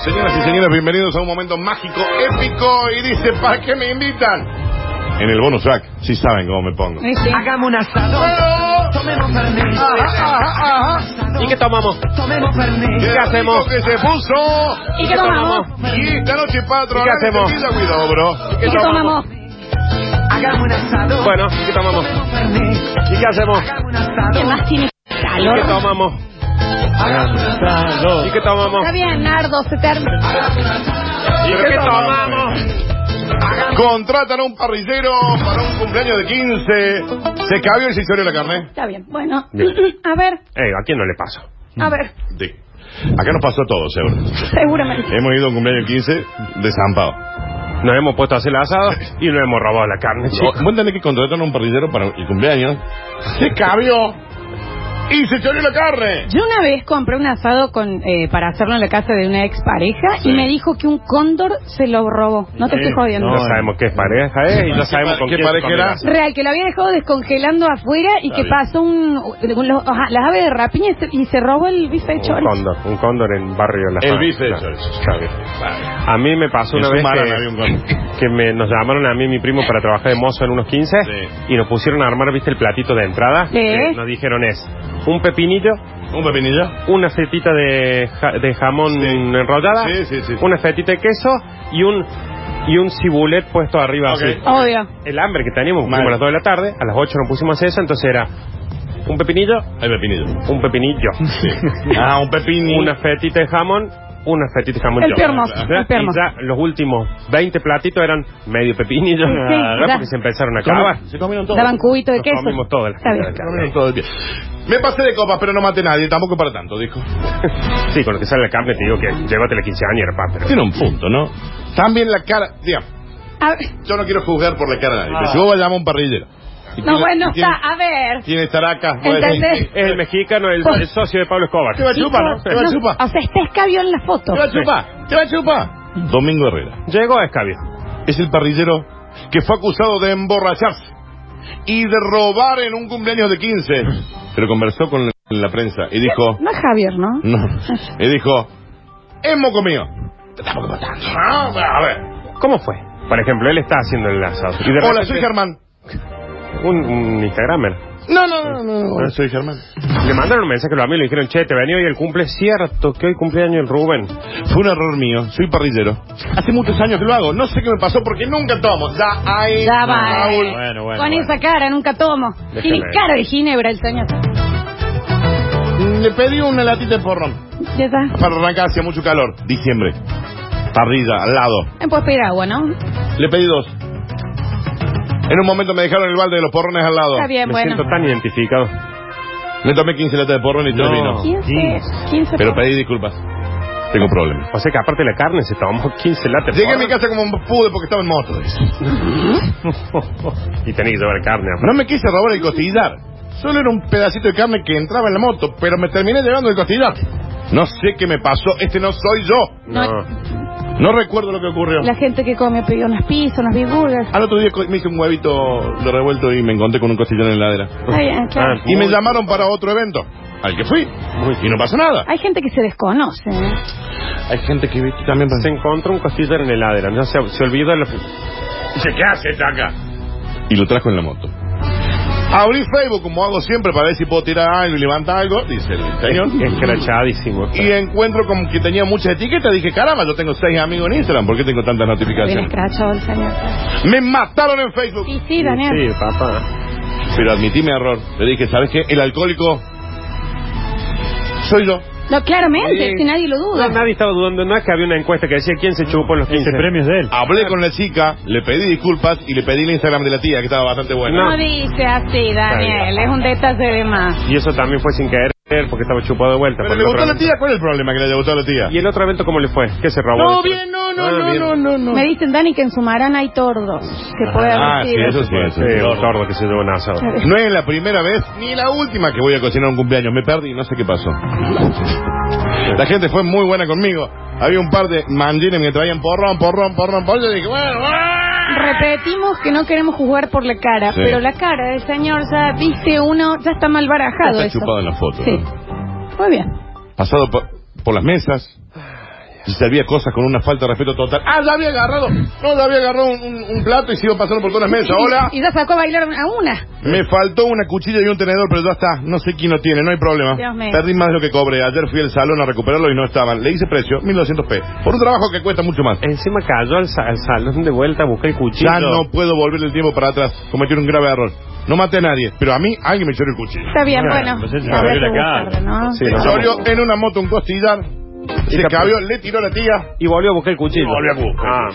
Señoras y señores, bienvenidos a un momento mágico, épico y dice, ¿para qué me invitan? En el bonus track, si saben cómo me pongo. Sí, sí. Hagamos un asado. Bueno, Tomemos fernet. ajá, ajá, ajá. ¿Y qué tomamos? Tomemos Qué fernet. rico hacemos? que se puso? ¿Y qué tomamos? Y esta noche patrón, ¿Y qué hacemos? cuidado, bro. ¿Y qué tomamos? Hagamos un asado. Bueno, ¿y qué tomamos? Tomemos fernet. ¿Y qué hacemos? Hagamos un ¿Quién asado. más tiene ¿Y qué calor? tomamos? Hagamos un asado. ¿Y qué tomamos? Está bien, Nardo, se termina. ¿Y qué tomamos? Contratan a un parrillero para un cumpleaños de 15. Se cabió y se hizo la carne. Está bien, bueno. Bien. A ver, Eh, ¿a quién no le pasa? a ver, Sí. Acá nos pasó a todos, seguro. seguramente. Hemos ido a un cumpleaños de 15 de zampado. Nos hemos puesto a hacer el asado y nos hemos robado la carne. Sí. Oh, Vos entendés que contrataron a un parrillero para el cumpleaños. Se cabió y se choreó la carne. Yo una vez compré un asado con, eh, para hacerlo en la casa de una ex pareja Sí. y me dijo que un cóndor se lo robó. No te Sí, estoy jodiendo. No sabemos qué pareja es y no sabemos con ¿Qué quién se pareja comió era? el asado. Real, que lo había dejado descongelando afuera y Está que bien. pasó un, un- los- ajá, las aves de rapiña y se, y se robó el bife de Un chorizo. cóndor, un cóndor en barrio La El Fama. bife de Claro, chorizo. está bien. A mí me pasó En una vez Sumarán que- había un cóndor. que me, nos llamaron a mí y mi primo para trabajar de mozo en unos 15 Sí. y nos pusieron a armar, viste, el platito de entrada. Sí. Eh, Nos dijeron es un pepinillo, ¿Un pepinillo? una fetita de, ja- de jamón Sí. enrollada, Sí, sí, sí. una fetita de queso y un y un cibulet puesto arriba Ok. así. Obvio. El hambre que teníamos, Mal. como a las 2 de la tarde, a las 8 nos pusimos a hacer eso, entonces era un pepinillo, El pepinillo. un pepinillo, Ah, un pepinillo. una fetita de jamón, una fetita de jamón. El yo. permo, Ya, el permo. Y ya los últimos 20 platitos eran medio pepinillo, Sí, sí, ¿verdad? ya. porque se empezaron a acabar. Se comieron todo. Daban cubito de Nos queso. comimos toda la Está bien. fetita de Se comieron todo el día. Me pasé de copas, pero no maté a nadie, tampoco para tanto, dijo. Sí, con lo que sale la carne te digo que llévate la quinceañera, pa, pero... Tiene un punto, ¿no? También la cara. Digamos, A ver, yo no quiero juzgar por la cara de nadie, pero si vos llamás a un parrillero. y Ah. no, tiene- bueno, tiene- está, a ver. ¿Quién estará acá? ¿Entendés? Es el mexicano, el, Oh. el socio de Pablo Escobar. Te va a chupar, ¿no? Te va a chupar. O sea, está escabio en la foto. Te va a chupar, te va a chupar. Domingo Herrera Llegó a Escabio. es el parrillero que fue acusado de emborracharse y de robar en un cumpleaños de 15. Pero conversó con la prensa y dijo, No es Javier, ¿no? no, y dijo, hemos comido. Tampoco para tanto. ¿no? A ver. ¿Cómo fue? Por ejemplo, él está haciendo el asado. Y de Hola, repente- soy Germán. Un, un Instagramer. No, no, no, no, no. Hola, soy Germán. Le mandaron un mensaje a los amigos y le dijeron, che, te venía hoy el cumple. Cierto que hoy cumpleaños el Rubén. Fue un error mío, soy parrillero. Hace muchos años que lo hago, no sé qué me pasó porque nunca tomo. Ya hay... Ya va. Raúl. eh. Con esa cara nunca tomo. Tiene Déjame. cara de ginebra el señor. Le pedí una latita de porrón. Ya está. Para arrancar, hacía mucho calor. Diciembre. Parrilla, al lado. Me puedes pedir agua, ¿no? Le pedí dos. En un momento me dejaron el balde de los porrones al lado. Está bien, Me bueno. siento tan identificado. Me tomé 15 latas de porrón y tres No. vinos. 15, 15 Pero pedí disculpas. Tengo problemas. O sea que aparte la carne se tomó 15 latas. Llegué a mi casa como pude porque estaba en moto. dice. y tenés que llevar carne. aparte. No me quise robar el costillar. Solo era un pedacito de carne que entraba en la moto, pero me terminé llevando el costillar. No sé qué me pasó. Este no soy yo. No. No recuerdo lo que ocurrió. La gente que come pidió unas pizzas, unas virgulas. Al otro día co- me hice un huevito de revuelto y me encontré con un costillar en la heladera. Está bien, claro. Y me Ah, Muy- llamaron para otro evento, al que fui. Pues, Y no pasó nada. Hay gente que se desconoce. ¿eh? Hay gente que viste también Se encontró un costillar en el heladera. No se, se olvidó lo ¿Qué hace acá? Y lo trajo en la moto. Abrí Facebook como hago siempre para ver si puedo tirar algo y levantar algo, dice el señor. escrachadísimo. Y encuentro como que tenía muchas etiquetas. Dije, caramba, yo tengo seis amigos en Instagram. ¿Por qué tengo tantas Bien notificaciones? escrachado el señor. Me mataron en Facebook. Sí, sí, Daniel. Sí, papá. Pero admití mi error. Le dije, ¿sabes qué? El alcohólico soy yo. No, claramente, Sí. si nadie lo duda. No, nadie estaba dudando, no es que había una encuesta que decía quién se chupó los Ah, 15 premios de él. Hablé con la chica, le pedí disculpas y le pedí el Instagram de la tía, que estaba bastante buena. No. No. dice así, Daniel. Es bien. un detalle de más. Y eso también fue sin querer, porque estaba chupado de vuelta. Pero por le el otro gustó a la evento. tía. ¿Cuál es el problema que le gustó a la tía? ¿Y el otro evento cómo le fue? ¿Qué se robó? No, Otro- bien, no, no, Ah, no, bien. no, no, no. Me dicen, Dani, que en Sumarán hay tordos. Que puede Ah, haber sí, sido. eso sí, Sí, eso sí. un tordo que se llevó un asado. No es la primera vez ni la última que voy a cocinar un cumpleaños. Me perdí, no sé qué pasó. La gente fue muy buena conmigo. Había un par de mandines que me traían porrón, porrón, porrón, porrón. Yo dije, bueno, bueno. Repetimos que no queremos jugar por la cara, Sí. pero la cara del señor, ya viste uno, ya está mal barajado. Está eso. chupado en la foto, Sí. Muy bien. Pasado por, por las mesas. y servía cosas con una falta de respeto total. ¡Ah, ya había agarrado! No, ya había agarrado un, un- un plato y se iba pasando por todas las mesas. ¡Hola! Y, y ya sacó a bailar a una. Me faltó una cuchilla y un tenedor, pero ya está. No sé quién lo tiene, no hay problema. Dios mío. Perdí más de lo que cobré. Ayer fui al salón a recuperarlo y no estaban. Le hice precio, 1200 pesos. Por un trabajo que cuesta mucho más. Encima cayó al, sa- al salón de vuelta, busqué el cuchillo. Ya no puedo volver el tiempo para atrás. Cometí un grave error. No maté a nadie, pero a mí alguien me choró el cuchillo. Está bien, bueno. pues ella habrá abrió que la cara. buscarlo, ¿no? Sí. Se no. choreó en una moto un costillar. Y Se capaz- cabió, le tiró a la tía. Y volvió a buscar el cuchillo. Y volvió a buscar. Ah.